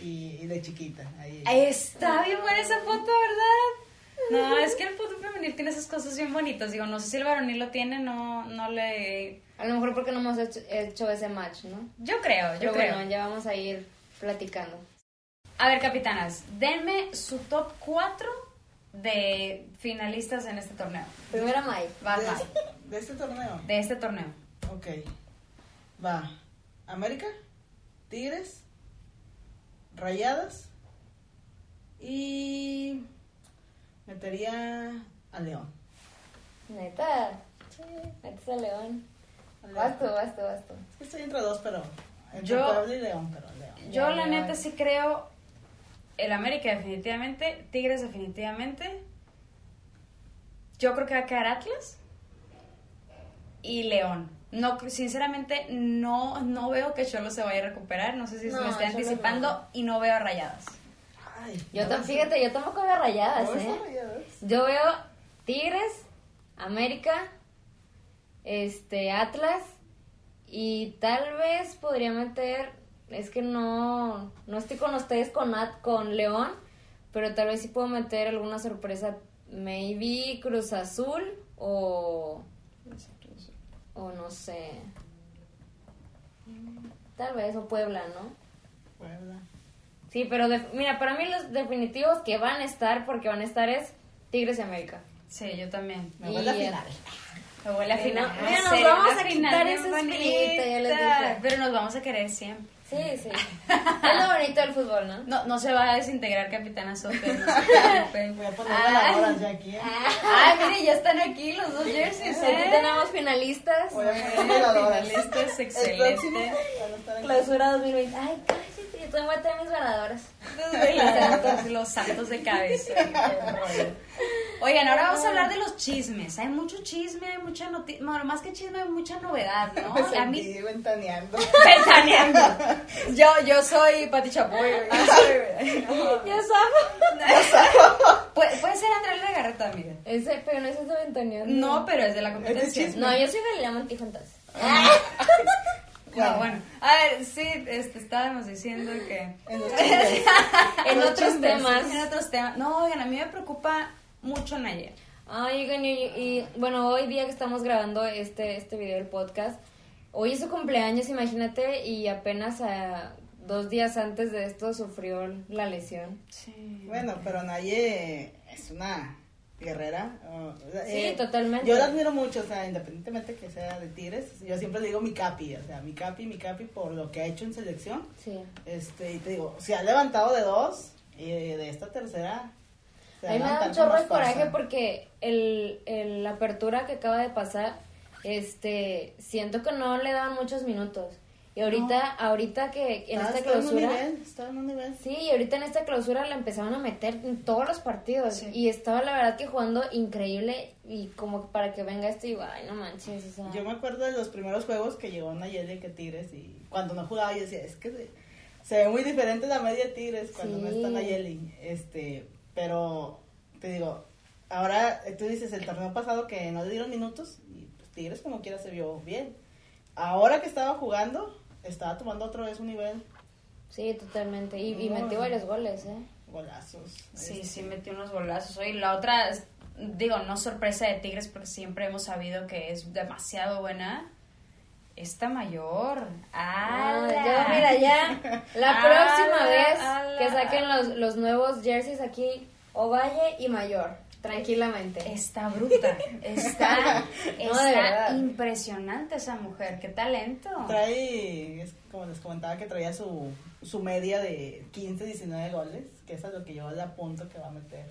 [SPEAKER 4] y, y de chiquita. Ahí.
[SPEAKER 1] Está bien buena esa foto, ¿verdad? No, es que el fútbol femenil tiene esas cosas bien bonitas. Digo, no sé si el varonil lo tiene, no, no le...
[SPEAKER 3] A lo mejor porque no hemos hecho, hecho ese match, ¿no?
[SPEAKER 1] Yo creo, yo
[SPEAKER 3] Pero
[SPEAKER 1] creo.
[SPEAKER 3] bueno, ya vamos a ir platicando.
[SPEAKER 1] A ver, capitanas, denme su top 4 de finalistas en este torneo.
[SPEAKER 3] Primero May.
[SPEAKER 1] Va,
[SPEAKER 4] de,
[SPEAKER 1] va,
[SPEAKER 4] de este torneo.
[SPEAKER 1] de este torneo.
[SPEAKER 4] Ok. Va. América, Tigres, Rayadas y metería a León.
[SPEAKER 3] Neta. Metes a León. Vas tú, vas tú, vas tú.
[SPEAKER 4] Es que Estoy entre dos, pero entre
[SPEAKER 1] Yo-
[SPEAKER 4] Puebla y León, pero León.
[SPEAKER 1] Yo
[SPEAKER 3] Ya,
[SPEAKER 1] la
[SPEAKER 3] ya,
[SPEAKER 1] neta
[SPEAKER 3] ya.
[SPEAKER 1] sí creo el América definitivamente, Tigres definitivamente. Yo creo que va a quedar Atlas y León. No, sinceramente no, no veo que Cholo se vaya a recuperar. No sé si se
[SPEAKER 3] No,
[SPEAKER 1] me está
[SPEAKER 3] Cholo
[SPEAKER 1] anticipando
[SPEAKER 3] no.
[SPEAKER 1] y no veo rayadas.
[SPEAKER 4] Ay,
[SPEAKER 3] Yo
[SPEAKER 4] no
[SPEAKER 3] tam-
[SPEAKER 4] vas-
[SPEAKER 3] fíjate, yo tampoco veo rayadas,
[SPEAKER 4] no vas a
[SPEAKER 3] ¿eh?
[SPEAKER 4] Rayadas.
[SPEAKER 3] Yo veo Tigres, América, este, Atlas y tal vez podría meter, es que no, no estoy con ustedes con At- con León, pero tal vez sí puedo meter alguna sorpresa, maybe Cruz Azul o o no sé. Tal vez o Puebla, ¿no?
[SPEAKER 4] Puebla.
[SPEAKER 3] Sí, pero de- mira, para mí los definitivos que van a estar porque van a estar es Tigres y América.
[SPEAKER 1] Sí, yo también.
[SPEAKER 4] Me voy a la
[SPEAKER 3] Y-
[SPEAKER 4] final.
[SPEAKER 1] Me voy a la
[SPEAKER 3] Mira,
[SPEAKER 1] final.
[SPEAKER 3] mira, nos
[SPEAKER 1] Sería
[SPEAKER 3] vamos
[SPEAKER 1] una
[SPEAKER 3] a
[SPEAKER 1] final
[SPEAKER 3] quitar
[SPEAKER 1] bien
[SPEAKER 3] ese espinita, ya les
[SPEAKER 1] bonita,
[SPEAKER 3] dije.
[SPEAKER 1] Pero nos vamos a querer siempre.
[SPEAKER 3] Sí, sí. [LAUGHS] es lo bonito del fútbol, ¿no?
[SPEAKER 1] No, no se va a desintegrar Capitana Sofía. No se
[SPEAKER 3] [LAUGHS]
[SPEAKER 1] preocupen.
[SPEAKER 4] Voy a poner
[SPEAKER 3] Ah,
[SPEAKER 4] la hora ya aquí. ¿eh?
[SPEAKER 1] Ay, mire, ya están aquí los dos jerseys.
[SPEAKER 3] Aquí tenemos finalistas.
[SPEAKER 4] Voy a poner la hora.
[SPEAKER 1] Finalistas,
[SPEAKER 4] El próximo
[SPEAKER 1] excelente.
[SPEAKER 4] van a estar aquí.
[SPEAKER 3] Clausura 2020. Ay, cállate, yo tengo voy a traer mis ganadoras.
[SPEAKER 1] Los santos, los santos de cabeza. Oigan, ahora vamos a hablar de los chismes. Hay mucho chisme, hay mucha noticia. Bueno, más que chisme, hay mucha novedad, ¿no?
[SPEAKER 4] Me
[SPEAKER 1] A mí, [LAUGHS]
[SPEAKER 4] [LAUGHS] sentí ventaneando.
[SPEAKER 1] ventaneando. Yo, yo soy Pati Chapoy.
[SPEAKER 4] [LAUGHS] Ah,
[SPEAKER 1] Yo soy-
[SPEAKER 3] Ya sabes.
[SPEAKER 1] Pu- puede ser Andrea Legarreta, mira.
[SPEAKER 3] Ese, pero no es ese de Antonio.
[SPEAKER 1] No, pero es de la competencia.
[SPEAKER 4] chisme.
[SPEAKER 3] No, yo soy Galilea Montijo [LAUGHS] entonces.
[SPEAKER 1] No, bueno. A ver, sí, este, estábamos diciendo que...
[SPEAKER 4] [LAUGHS] En los chistes.
[SPEAKER 3] En
[SPEAKER 4] Los
[SPEAKER 3] otros
[SPEAKER 4] chismes.
[SPEAKER 3] temas.
[SPEAKER 1] En otros temas. No, oigan, a mí me preocupa mucho Nayel.
[SPEAKER 3] Ay, oigan, y, y- bueno, hoy día que estamos grabando este, este video del podcast, hoy es su cumpleaños, imagínate, y apenas ah, dos días antes de esto sufrió la lesión.
[SPEAKER 1] Sí.
[SPEAKER 4] Bueno, pero Naye es una guerrera. oh,
[SPEAKER 3] Sí, totalmente.
[SPEAKER 4] Yo la admiro mucho, o sea, independientemente que sea de Tigres, yo siempre le digo mi capi, o sea, mi capi, mi capi por lo que ha hecho en selección.
[SPEAKER 3] Sí.
[SPEAKER 4] Este, y te digo, se ha levantado de dos y de, de esta tercera. se
[SPEAKER 3] A
[SPEAKER 4] va
[SPEAKER 3] mí me da
[SPEAKER 4] levantar
[SPEAKER 3] un
[SPEAKER 4] con
[SPEAKER 3] chorro
[SPEAKER 4] más
[SPEAKER 3] de coraje
[SPEAKER 4] fuerza.
[SPEAKER 3] porque el, el- la apertura que acaba de pasar, este, siento que no le daban muchos minutos. Y ahorita, ahorita que en
[SPEAKER 4] Está-
[SPEAKER 3] esta
[SPEAKER 4] está un
[SPEAKER 3] clausura...
[SPEAKER 4] nivel, está en un nivel.
[SPEAKER 3] Sí, y ahorita en esta clausura la empezaron a meter en todos los partidos. Y estaba la verdad que jugando increíble y como para que venga esto y digo, ay, no manches, o sea...
[SPEAKER 4] Yo me acuerdo de los primeros juegos que llegó Nayeli que Tigres y cuando no jugaba yo decía, es que se, se ve muy diferente la media de Tigres cuando no está
[SPEAKER 3] Sí.
[SPEAKER 4] Nayeli. Este, pero te digo, ahora eh, tú dices el torneo pasado que no le dieron minutos y pues, Tigres como quiera se vio bien. Ahora que estaba jugando, estaba tomando otra vez un nivel,
[SPEAKER 3] Sí, totalmente. Y, y
[SPEAKER 4] No,
[SPEAKER 3] metió
[SPEAKER 4] no.
[SPEAKER 3] varios goles, ¿eh?
[SPEAKER 4] golazos.
[SPEAKER 1] Sí,
[SPEAKER 4] Este,
[SPEAKER 1] sí, metió unos golazos. Oye, la otra, es- digo, no sorpresa de Tigres porque siempre hemos sabido que es demasiado buena. Esta mayor.
[SPEAKER 3] Ah,
[SPEAKER 1] ¡Ala!
[SPEAKER 3] ya, mira, ya. La
[SPEAKER 1] Ala,
[SPEAKER 3] próxima vez
[SPEAKER 1] ala.
[SPEAKER 3] que saquen los, los nuevos jerseys aquí, Ovalle y Mayor, tranquilamente.
[SPEAKER 1] Está bruta.
[SPEAKER 3] [LAUGHS]
[SPEAKER 1] Está,
[SPEAKER 3] de
[SPEAKER 1] está
[SPEAKER 3] verdad.
[SPEAKER 1] impresionante esa mujer. ¡Qué talento!
[SPEAKER 4] Trae, es como les comentaba, que traía su, su media de 15, 19 goles, que esa es lo que yo le apunto que va a meter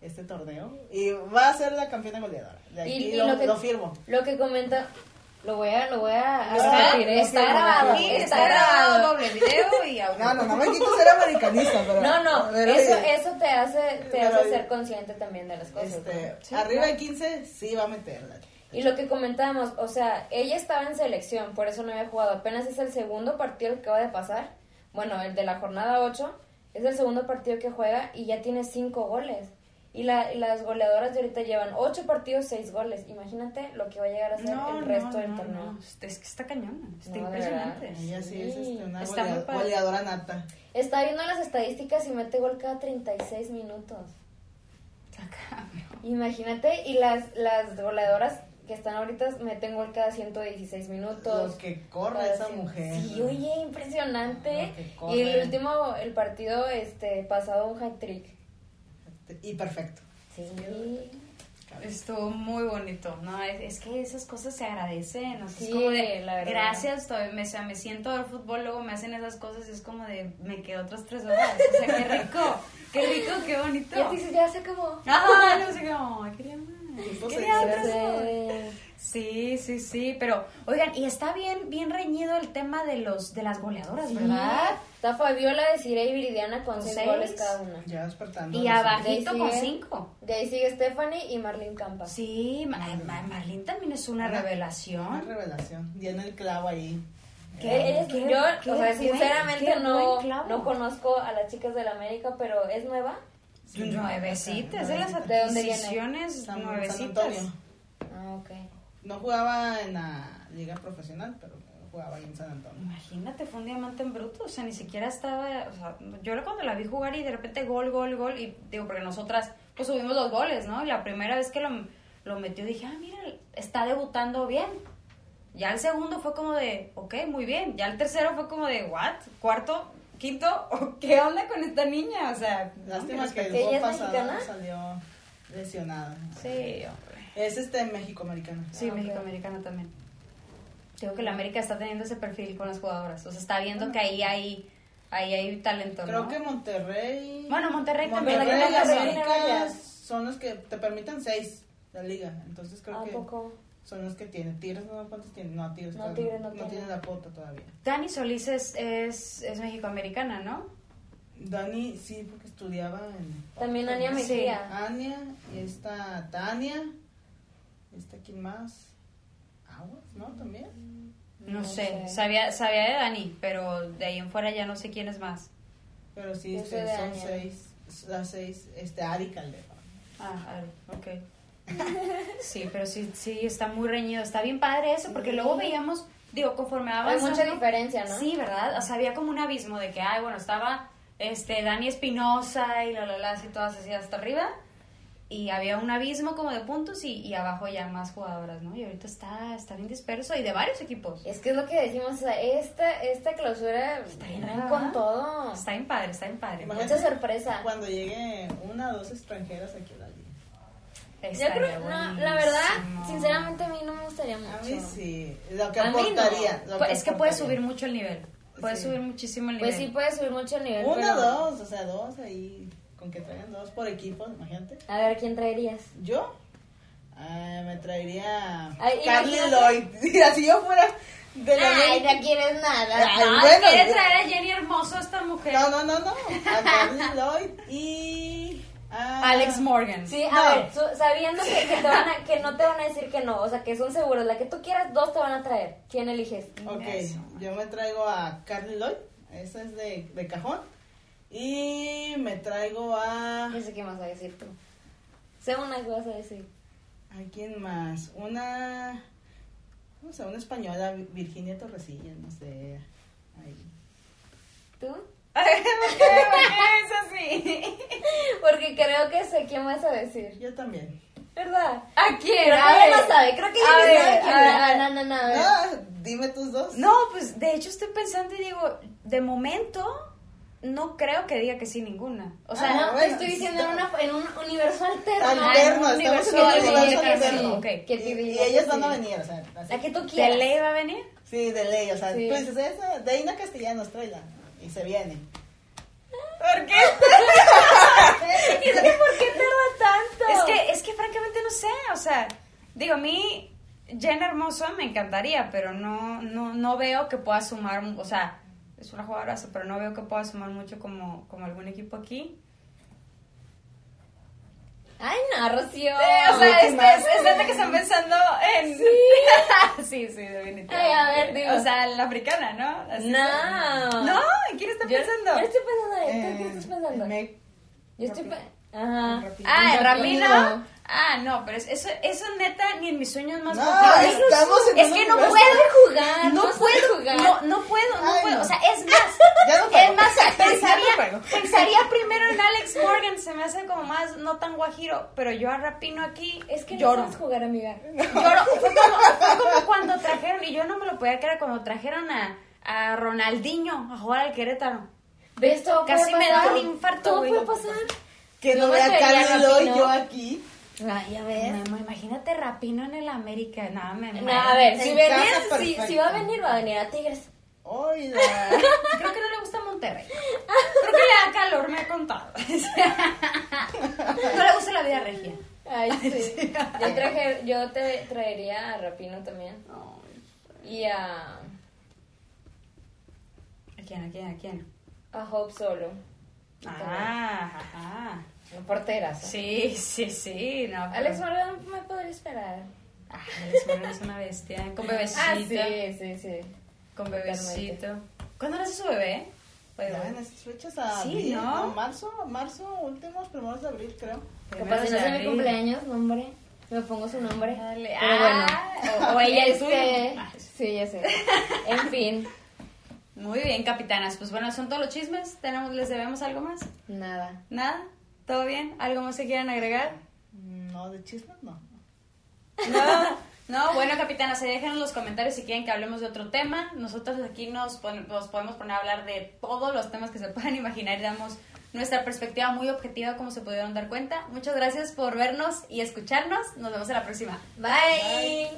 [SPEAKER 4] este torneo. Y va a ser la campeona goleadora. De aquí lo, lo firmo.
[SPEAKER 3] Lo que comenta, lo voy a, lo voy a a
[SPEAKER 4] Está-
[SPEAKER 3] repetir,
[SPEAKER 4] lo
[SPEAKER 3] está
[SPEAKER 4] firmo,
[SPEAKER 3] grabado,
[SPEAKER 1] Sí,
[SPEAKER 3] está grabado.
[SPEAKER 1] doble video
[SPEAKER 3] [LAUGHS]
[SPEAKER 1] y audio.
[SPEAKER 4] No, no, no me quito ser americanista, pero.
[SPEAKER 3] No, no,
[SPEAKER 4] pero,
[SPEAKER 3] eso,
[SPEAKER 4] eh,
[SPEAKER 3] eso te hace, te
[SPEAKER 4] Pero
[SPEAKER 3] hace
[SPEAKER 4] el-
[SPEAKER 3] ser consciente también de las cosas.
[SPEAKER 4] Este,
[SPEAKER 3] ¿no? Sí,
[SPEAKER 4] arriba
[SPEAKER 3] claro.
[SPEAKER 4] de 15, sí va a meterla.
[SPEAKER 3] Y lo que comentábamos, o sea, ella estaba en selección, por eso no había jugado. Apenas es el segundo partido que acaba de pasar. Bueno, el de la jornada 8 es el segundo partido que juega y ya tiene 5 goles. Y, la- y las goleadoras de ahorita llevan 8 partidos, 6 goles. Imagínate lo que va a llegar a ser
[SPEAKER 1] No,
[SPEAKER 3] el
[SPEAKER 1] no,
[SPEAKER 3] resto
[SPEAKER 1] no,
[SPEAKER 3] del
[SPEAKER 1] no,
[SPEAKER 3] torneo.
[SPEAKER 1] no. Es que está cañón. Está
[SPEAKER 3] No, de
[SPEAKER 1] impresionante.
[SPEAKER 3] verdad.
[SPEAKER 4] Ella sí, es
[SPEAKER 3] Sí.
[SPEAKER 4] este, una
[SPEAKER 1] Está muy
[SPEAKER 4] golea-
[SPEAKER 1] padre.
[SPEAKER 4] goleadora nata.
[SPEAKER 3] Está viendo las estadísticas y mete gol cada 36 minutos.
[SPEAKER 1] Está cabrón.
[SPEAKER 3] Imagínate, y las, las goleadoras que están ahorita meten gol cada 116 minutos.
[SPEAKER 4] Lo que corre esa mujer.
[SPEAKER 3] Sí, oye, impresionante.
[SPEAKER 4] Lo que corre.
[SPEAKER 3] Y el último, el partido este pasado un hat trick.
[SPEAKER 4] Y perfecto.
[SPEAKER 3] Sí.
[SPEAKER 1] Estuvo muy bonito, ¿no? Es, es que esas cosas se agradecen, o sea,
[SPEAKER 3] Sí,
[SPEAKER 1] es como de,
[SPEAKER 3] la verdad.
[SPEAKER 1] gracias, todavía me, o sea, me siento a ver fútbol, luego me hacen esas cosas y es como de, me quedo otras tres horas, o sea, qué rico, qué rico, qué bonito.
[SPEAKER 3] Y así
[SPEAKER 1] [LAUGHS]
[SPEAKER 3] se- [LAUGHS] ya se acabó. [LAUGHS]
[SPEAKER 1] Ah, no sé cómo, quería más,
[SPEAKER 4] Tipo
[SPEAKER 1] quería
[SPEAKER 4] sexo.
[SPEAKER 1] otras horas.
[SPEAKER 3] Sí.
[SPEAKER 1] Sí, sí, sí, pero, oigan, y está bien, bien reñido el tema de los, de las goleadoras, ¿verdad?
[SPEAKER 3] Está Fabiola de Cire y Viridiana con
[SPEAKER 1] Con
[SPEAKER 3] seis
[SPEAKER 1] seis.
[SPEAKER 3] goles cada una.
[SPEAKER 4] Ya despertando.
[SPEAKER 1] Y
[SPEAKER 4] no sé.
[SPEAKER 1] abajito
[SPEAKER 3] Sí,
[SPEAKER 1] con
[SPEAKER 3] sí, ¿eh?
[SPEAKER 1] cinco.
[SPEAKER 3] De ahí sigue Stephanie y Marlene Campa.
[SPEAKER 1] Sí, Ma- Ma- Marlene también es una
[SPEAKER 4] Una-
[SPEAKER 1] revelación.
[SPEAKER 4] Una revelación. Viene el clavo ahí.
[SPEAKER 3] Que Eh, ellas-
[SPEAKER 1] Qué-
[SPEAKER 3] yo,
[SPEAKER 1] qué
[SPEAKER 3] o sea,
[SPEAKER 1] buen-
[SPEAKER 3] sinceramente
[SPEAKER 1] qué
[SPEAKER 3] no,
[SPEAKER 1] buen clavo.
[SPEAKER 3] no conozco a las chicas del América, pero es nueva.
[SPEAKER 1] Nuevecitas, es de las
[SPEAKER 3] ¿De dónde viene?
[SPEAKER 1] adquisiciones
[SPEAKER 4] San, San
[SPEAKER 1] nuevecitas.
[SPEAKER 4] Antonio.
[SPEAKER 3] Ah, ok.
[SPEAKER 4] No jugaba en la liga profesional, pero jugaba ahí en San Antonio.
[SPEAKER 1] Imagínate, fue un diamante en bruto, o sea, ni siquiera estaba, o sea, yo cuando la vi jugar y de repente gol, gol, gol, y digo, porque nosotras pues subimos los goles, ¿no? Y la primera vez que lo, lo metió dije, ah, mira, está debutando bien. Ya el segundo fue como de, ok, muy bien. Ya el tercero fue como de, what? Cuarto, quinto, [LAUGHS] ¿qué onda con esta niña? O sea,
[SPEAKER 4] Lástima
[SPEAKER 1] no,
[SPEAKER 4] que el
[SPEAKER 3] Ah, ¿Ella
[SPEAKER 4] gol
[SPEAKER 3] es
[SPEAKER 4] pasado
[SPEAKER 3] mexicana?
[SPEAKER 4] salió lesionada.
[SPEAKER 1] Sí, hombre.
[SPEAKER 4] Es este México-americano.
[SPEAKER 1] Sí,
[SPEAKER 3] Ah, ok.
[SPEAKER 1] México-Americana también. Digo que la América está teniendo ese perfil con las jugadoras. O sea, está viendo que ahí hay, ahí hay talento,
[SPEAKER 4] Creo
[SPEAKER 1] ¿no?
[SPEAKER 4] que Monterrey.
[SPEAKER 1] Bueno, Monterrey también,
[SPEAKER 4] Monterrey
[SPEAKER 1] ¿verdad?
[SPEAKER 4] y
[SPEAKER 1] Monterrey
[SPEAKER 4] América
[SPEAKER 3] tiene varias.
[SPEAKER 4] son los que te permiten seis la liga. Entonces creo
[SPEAKER 3] ¿A
[SPEAKER 4] que
[SPEAKER 3] poco?
[SPEAKER 4] son los que tienen. Tigres, no cuántos tienen. No, Tigres.
[SPEAKER 3] No,
[SPEAKER 4] todavía
[SPEAKER 3] Tigres no tiene.
[SPEAKER 4] tiene la cuota todavía.
[SPEAKER 1] Dani Solís es, es, es México-Americana, ¿no?
[SPEAKER 4] Dani, sí, porque estudiaba en
[SPEAKER 3] También Ania
[SPEAKER 1] Sí.
[SPEAKER 3] Mejía.
[SPEAKER 4] Ania, y esta Tania, esta quién más, Aguas, ¿no? También.
[SPEAKER 1] No, sé. Sabía, sabía de Dani, pero de ahí en fuera ya no sé quién es más.
[SPEAKER 4] Pero sí,
[SPEAKER 3] Yo
[SPEAKER 4] este,
[SPEAKER 3] soy de
[SPEAKER 4] son
[SPEAKER 3] Ania.
[SPEAKER 4] seis, las seis, este Ari Calderón.
[SPEAKER 1] Ah, ah, ok. [LAUGHS] Sí, pero sí, sí, está muy reñido. Está bien padre eso, porque luego veíamos, digo, conforme
[SPEAKER 3] Hay
[SPEAKER 1] avanzando...
[SPEAKER 3] mucha diferencia, ¿no?
[SPEAKER 1] Sí, ¿verdad? O sea, había como un abismo de que, ay, bueno, estaba este Dani Espinosa y la la la, así todas así hasta arriba. Y había un abismo como de puntos y, y abajo ya más jugadoras, ¿no? Y ahorita está, está bien disperso y de varios equipos.
[SPEAKER 3] Es que es lo que decimos, o sea, esta, esta clausura
[SPEAKER 1] bien
[SPEAKER 3] traen
[SPEAKER 1] rara,
[SPEAKER 3] con
[SPEAKER 1] ¿verdad?
[SPEAKER 3] todo.
[SPEAKER 1] Está bien padre, está bien padre.
[SPEAKER 4] Imagínate
[SPEAKER 3] Mucha sorpresa.
[SPEAKER 4] Cuando llegue una o dos extranjeras aquí a la liga.
[SPEAKER 3] Yo creo, no, la verdad, sinceramente a mí Pues no me gustaría mucho.
[SPEAKER 4] A mí sí, lo que
[SPEAKER 3] A mí no.
[SPEAKER 4] aportaría. lo
[SPEAKER 1] Pues, es que puedes
[SPEAKER 4] aportaría.
[SPEAKER 1] subir mucho el nivel. Puedes
[SPEAKER 4] Sí.
[SPEAKER 1] subir muchísimo el nivel.
[SPEAKER 3] Pues sí puede subir mucho el nivel.
[SPEAKER 4] Una,
[SPEAKER 3] pero-
[SPEAKER 4] dos, o sea, dos ahí, con que traigan dos por equipo, imagínate.
[SPEAKER 3] A ver, ¿quién traerías?
[SPEAKER 4] Yo ah, me traería
[SPEAKER 3] Ay,
[SPEAKER 4] Carly
[SPEAKER 3] imagínate.
[SPEAKER 4] Lloyd. [LAUGHS] Si así yo fuera de la
[SPEAKER 3] Ay,
[SPEAKER 4] ley.
[SPEAKER 3] no quieres nada.
[SPEAKER 4] Ay,
[SPEAKER 1] Ay,
[SPEAKER 4] bueno,
[SPEAKER 1] ¿Quieres
[SPEAKER 4] yo-
[SPEAKER 1] traer a Jenny Hermoso esta mujer?
[SPEAKER 4] No, no, no, no. A Carly Lloyd y. a-
[SPEAKER 1] Alex Morgan.
[SPEAKER 3] Sí, a
[SPEAKER 4] No.
[SPEAKER 3] ver, su- sabiendo que, que te van a- que no te van a decir que no, o sea, que son seguros, la que tú quieras, dos te van a traer. ¿Quién eliges?
[SPEAKER 4] Ok,
[SPEAKER 1] Eso.
[SPEAKER 4] yo me traigo a Carly Lloyd. Esa es de, de cajón. Y me traigo a.
[SPEAKER 3] No sé qué más vas a decir tú. Sé una que vas a decir.
[SPEAKER 4] ¿A quién más? Una. No sé, una española, Virginia Torresilla, no sé. Ahí.
[SPEAKER 3] ¿Tú?
[SPEAKER 1] ¿Por qué es así?
[SPEAKER 3] Porque creo que sé quién vas a decir.
[SPEAKER 4] Yo también.
[SPEAKER 3] ¿Verdad?
[SPEAKER 1] ¿A quién?
[SPEAKER 3] Creo que
[SPEAKER 1] A ver.
[SPEAKER 3] ella lo sabe, creo que
[SPEAKER 1] A
[SPEAKER 3] ella
[SPEAKER 1] ver,
[SPEAKER 3] sabe quién
[SPEAKER 1] a ver,
[SPEAKER 3] es.
[SPEAKER 1] a ver.
[SPEAKER 3] No, no, no, a ver.
[SPEAKER 4] No, Ah, dime tus dos.
[SPEAKER 1] No, pues de hecho estoy pensando y digo, de momento no creo que diga que sí ninguna. O
[SPEAKER 3] O
[SPEAKER 1] sea,
[SPEAKER 3] sea, no,
[SPEAKER 4] Ah,
[SPEAKER 3] te
[SPEAKER 4] bueno,
[SPEAKER 3] estoy diciendo en,
[SPEAKER 4] está-
[SPEAKER 3] una, en un universo alterno.
[SPEAKER 4] Alterno,
[SPEAKER 1] Ah, en un
[SPEAKER 4] estamos
[SPEAKER 1] universo
[SPEAKER 4] en un
[SPEAKER 1] alterno,
[SPEAKER 4] universo
[SPEAKER 1] que sí,
[SPEAKER 4] alterno.
[SPEAKER 1] ok.
[SPEAKER 4] Y,
[SPEAKER 3] Que te
[SPEAKER 4] y
[SPEAKER 3] diga
[SPEAKER 4] ellas
[SPEAKER 3] que
[SPEAKER 4] van a
[SPEAKER 3] sí.
[SPEAKER 4] venir, o sea, así.
[SPEAKER 3] La que tú
[SPEAKER 1] ¿de
[SPEAKER 3] [LAUGHS] quieras.
[SPEAKER 1] ley va a venir?
[SPEAKER 4] Sí, de ley, o sea,
[SPEAKER 3] Sí.
[SPEAKER 4] tú dices esa, Deina Castellanos, tráela. Y se viene.
[SPEAKER 1] ¿Por qué?
[SPEAKER 3] ¿Por qué tarda tanto?
[SPEAKER 1] Es que, es que francamente no sé, o sea, digo, a mí Jen Hermoso me encantaría, pero no, no, no veo que pueda sumar, o sea, es una jugadora, pero no veo que pueda sumar mucho como, como algún equipo aquí.
[SPEAKER 3] Ay, no, Rocío.
[SPEAKER 1] o sea,
[SPEAKER 4] ¿qué
[SPEAKER 1] es,
[SPEAKER 4] más?
[SPEAKER 1] es, es neta que están pensando en... Ah, Sí, [LAUGHS] Eh, sí, definitivamente.
[SPEAKER 3] Ay, a ver, dime.
[SPEAKER 1] O sea, la africana, ¿no? Así
[SPEAKER 3] no.
[SPEAKER 1] ¿No? ¿En quién está
[SPEAKER 3] Yo,
[SPEAKER 1] pensando?
[SPEAKER 3] yo estoy pensando en ¿Tú qué
[SPEAKER 4] Eh,
[SPEAKER 3] estás pensando?
[SPEAKER 4] me-
[SPEAKER 3] Yo estoy pe- Ajá.
[SPEAKER 4] Rapidito.
[SPEAKER 1] Ah, ¿en
[SPEAKER 3] Rapidito.
[SPEAKER 1] Ramiro? Ah, no, pero es- eso, eso neta ni en mis sueños más
[SPEAKER 4] No,
[SPEAKER 1] guapos.
[SPEAKER 4] estamos en
[SPEAKER 1] Es
[SPEAKER 4] un
[SPEAKER 1] que no
[SPEAKER 4] universo.
[SPEAKER 1] puedo.
[SPEAKER 3] jugar.
[SPEAKER 1] No puedo
[SPEAKER 3] jugar.
[SPEAKER 1] No, no puedo, no
[SPEAKER 4] Ay,
[SPEAKER 1] puedo.
[SPEAKER 4] no.
[SPEAKER 1] O sea,
[SPEAKER 4] [LAUGHS]
[SPEAKER 1] es más.
[SPEAKER 4] Ya no juego.
[SPEAKER 1] es
[SPEAKER 4] [LAUGHS]
[SPEAKER 1] más,
[SPEAKER 4] Ya no
[SPEAKER 1] pensaría,
[SPEAKER 4] juego. [LAUGHS]
[SPEAKER 1] pensaría primero en Alex Morgan. Se me hace como más, no tan guajiro. Pero yo a Rapino aquí.
[SPEAKER 3] Es que
[SPEAKER 1] lloro.
[SPEAKER 3] no puedes jugar, amiga.
[SPEAKER 1] Lloro. Fue como, fue como cuando trajeron, y yo no me lo podía creer, cuando trajeron a, a Ronaldinho a jugar al Querétaro.
[SPEAKER 3] ¿Ves? Todo
[SPEAKER 1] Casi
[SPEAKER 3] puede
[SPEAKER 1] me da
[SPEAKER 3] pasar.
[SPEAKER 1] un infarto,
[SPEAKER 3] Todo
[SPEAKER 1] güey.
[SPEAKER 3] puede pasar.
[SPEAKER 4] Que no,
[SPEAKER 3] No me
[SPEAKER 4] vea
[SPEAKER 3] atrevería,
[SPEAKER 4] Carly Lloyd
[SPEAKER 3] Rapino.
[SPEAKER 4] yo aquí.
[SPEAKER 3] Ay, ya ves.
[SPEAKER 1] Memo, imagínate Rapino en el América. Nada, me
[SPEAKER 3] No, a ver,
[SPEAKER 4] En
[SPEAKER 3] si,
[SPEAKER 4] casa
[SPEAKER 3] venía, si,
[SPEAKER 4] perfecta.
[SPEAKER 3] si va a venir, va a venir a Tigres.
[SPEAKER 4] Oiga.
[SPEAKER 1] Creo que no le gusta Monterrey. Creo que le da calor, me ha contado. [LAUGHS] No le gusta la vida regia.
[SPEAKER 3] Ay, sí. Yo, traje, yo te traería a Rapino también. Y a,
[SPEAKER 1] ¿A quién, a quién, a quién?
[SPEAKER 3] a Hope solo.
[SPEAKER 1] Ah, ajá.
[SPEAKER 3] Porteras.
[SPEAKER 1] Sí, sí, sí. No, pero-
[SPEAKER 3] ¿eh? Alex Morgan me podría esperar.
[SPEAKER 1] Ah, Alex Moreno es una bestia. Con bebecito.
[SPEAKER 3] Ah, sí, sí, sí.
[SPEAKER 1] Con bebecito. ¿Cuándo nace su bebé? Oye,
[SPEAKER 4] Ya en
[SPEAKER 1] bueno,
[SPEAKER 4] estas fechas a
[SPEAKER 1] Sí,
[SPEAKER 4] abril,
[SPEAKER 1] ¿no?
[SPEAKER 4] marzo, marzo, últimos primeros de abril, creo.
[SPEAKER 3] Capaz
[SPEAKER 1] primeros
[SPEAKER 3] si
[SPEAKER 1] de
[SPEAKER 3] no es mi
[SPEAKER 1] abril.
[SPEAKER 3] cumpleaños, nombre. Me pongo su nombre.
[SPEAKER 1] Dale.
[SPEAKER 3] Pero bueno.
[SPEAKER 1] Ah, o- o ella el
[SPEAKER 3] [LAUGHS] Este,
[SPEAKER 1] tuyo. Ah,
[SPEAKER 3] Sí, ya sé. En fin,
[SPEAKER 1] Muy bien, capitanas. Pues bueno, son todos los chismes. ¿Tenemos, ¿Les debemos algo más?
[SPEAKER 3] nada.
[SPEAKER 1] ¿Nada? ¿Todo bien? ¿Algo más que quieran [LAUGHS] agregar?
[SPEAKER 4] Mm, No, de chismes no.
[SPEAKER 1] No, no, bueno, capitana, se dejan en los comentarios si quieren que hablemos de otro tema. Nosotros aquí nos, pon- nos podemos poner a hablar de todos los temas que se [LAUGHS] puedan imaginar y damos nuestra perspectiva muy objetiva, como se pudieron dar cuenta. Muchas gracias por vernos y escucharnos. Nos vemos en la próxima.
[SPEAKER 3] Bye.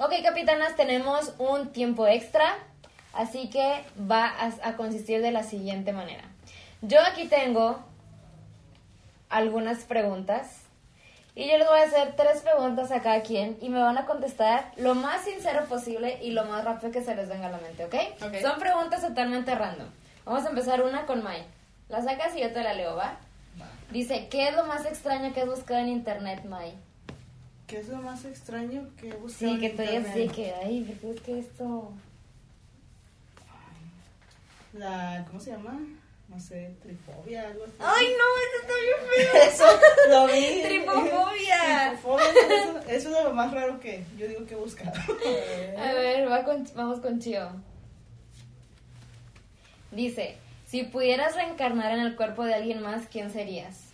[SPEAKER 3] Ok, capitanas, tenemos un tiempo extra, así que va a, a consistir de la siguiente manera. Yo aquí tengo algunas preguntas y yo les voy a hacer tres preguntas a cada quien y me van a contestar lo más sincero posible y lo más rápido que se les venga a la mente, ¿ok?
[SPEAKER 1] Ok.
[SPEAKER 3] Son preguntas totalmente random. Vamos a empezar una con May. La sacas y yo te la leo, ¿va? Dice, ¿qué es lo más extraño que has buscado en internet, May?
[SPEAKER 4] ¿Qué es lo más extraño que buscas?
[SPEAKER 3] Sí, que tú digas sí, que, ay, ¿por qué es que esto?
[SPEAKER 4] La, ¿cómo se llama? No sé, trifobia, algo así.
[SPEAKER 3] no, esto
[SPEAKER 4] [LAUGHS] Eso lo vi.
[SPEAKER 3] Tripofobia.
[SPEAKER 4] Tripofobia, eso, eso es lo más raro que yo digo que he buscado. [LAUGHS]
[SPEAKER 3] bien feo. A ver, va con- vamos con Chio. Dice, si pudieras reencarnar en el cuerpo de alguien más, ¿quién serías?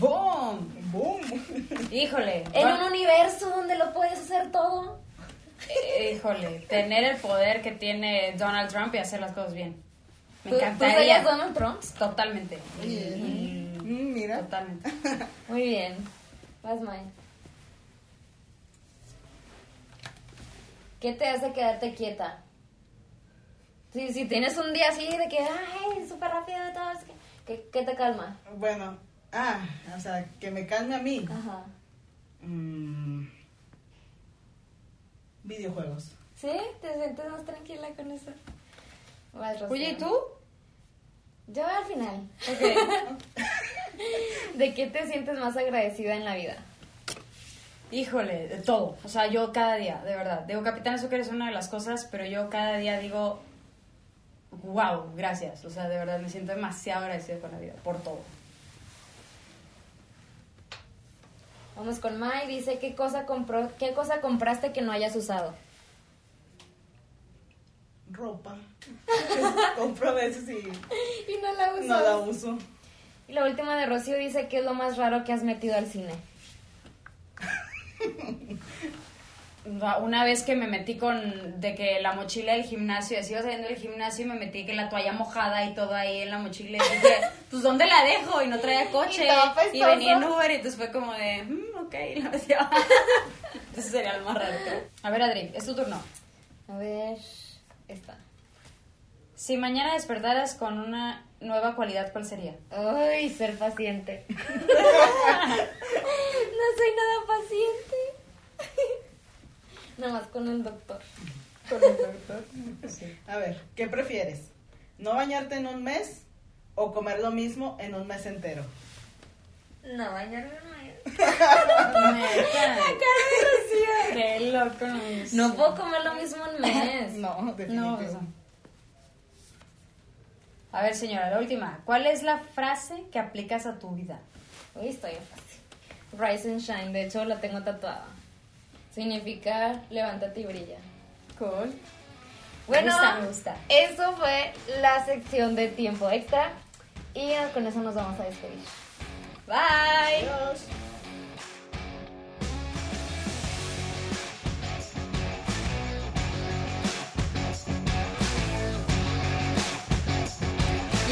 [SPEAKER 1] ¡Boom!
[SPEAKER 4] ¡Boom!
[SPEAKER 1] Híjole.
[SPEAKER 3] En
[SPEAKER 1] va-
[SPEAKER 3] un universo donde lo puedes hacer todo.
[SPEAKER 1] eh, Híjole, tener el poder que tiene Donald Trump y hacer las cosas bien. Me
[SPEAKER 3] ¿Tú- ¿Tú
[SPEAKER 1] encantaría.
[SPEAKER 3] serías Donald Trump?
[SPEAKER 1] Totalmente.
[SPEAKER 4] Mm, Mm, mira.
[SPEAKER 1] Totalmente.
[SPEAKER 3] Muy bien. Vas, May. ¿Qué te hace quedarte quieta? Si, si tienes un día así de que, ay, súper rápido, todo, es que- ¿qué, qué te calma?
[SPEAKER 4] Bueno, ah, o sea, que me calme a mí.
[SPEAKER 3] Ajá.
[SPEAKER 4] Mm, videojuegos.
[SPEAKER 3] ¿Sí? ¿Te sientes más tranquila con eso? Vas, Rocío.
[SPEAKER 1] Oye, ¿y tú?
[SPEAKER 3] Yo al final.
[SPEAKER 1] Ok.
[SPEAKER 3] [LAUGHS] ¿De qué te sientes más agradecida en la vida?
[SPEAKER 1] Híjole, de todo. O sea, yo cada día, de verdad. Digo, Capitán Azúcar es una de las cosas, pero yo cada día digo, wow, gracias. O sea, de verdad me siento demasiado agradecida con la vida, por todo.
[SPEAKER 3] Vamos con May, dice, ¿qué cosa, compró, ¿qué cosa compraste que no hayas usado?
[SPEAKER 4] Ropa. [LAUGHS] Compro a veces y
[SPEAKER 3] Y no la usas.
[SPEAKER 4] no la uso.
[SPEAKER 3] Y la última de Rocío dice, ¿qué es lo más raro que has metido al cine?
[SPEAKER 1] Una vez que me metí con, de que la mochila del gimnasio, así iba saliendo del gimnasio y me metí que la toalla mojada y todo ahí en la mochila. Y dije, [LAUGHS] pues ¿dónde la dejo? Y no traía coche.
[SPEAKER 3] Y todo apestoso.
[SPEAKER 1] Y venía en Uber y entonces fue como de, "Mm, ok, y la metí abajo. [LAUGHS] Eso sería lo más raro. A ver, Adri, es tu turno.
[SPEAKER 3] A ver, esta.
[SPEAKER 1] Si mañana despertaras con una nueva cualidad, ¿cuál sería?
[SPEAKER 3] Ay, ser paciente. [LAUGHS] no soy nada paciente. [LAUGHS] Nada más con el doctor.
[SPEAKER 4] A ver, ¿qué prefieres? ¿No bañarte en un mes o comer lo mismo en un mes entero?
[SPEAKER 3] No,
[SPEAKER 1] [LAUGHS]
[SPEAKER 3] bañarme no es.
[SPEAKER 1] [LAUGHS] Qué loco. no sé.
[SPEAKER 3] No puedo comer lo mismo un mes.
[SPEAKER 1] [LAUGHS]
[SPEAKER 4] No,
[SPEAKER 1] No,
[SPEAKER 4] definitivamente.
[SPEAKER 1] pues no. A ver, señora, la última. ¿Cuál es la frase que aplicas a tu vida?
[SPEAKER 3] Uy, estoy en fácil. Rise and shine, de hecho la tengo tatuada. Significa levántate y brilla.
[SPEAKER 1] Cool.
[SPEAKER 3] Bueno,
[SPEAKER 1] gusta, me gusta.
[SPEAKER 3] eso fue la sección de tiempo extra. Y con eso nos vamos a despedir. Bye.
[SPEAKER 4] Adiós.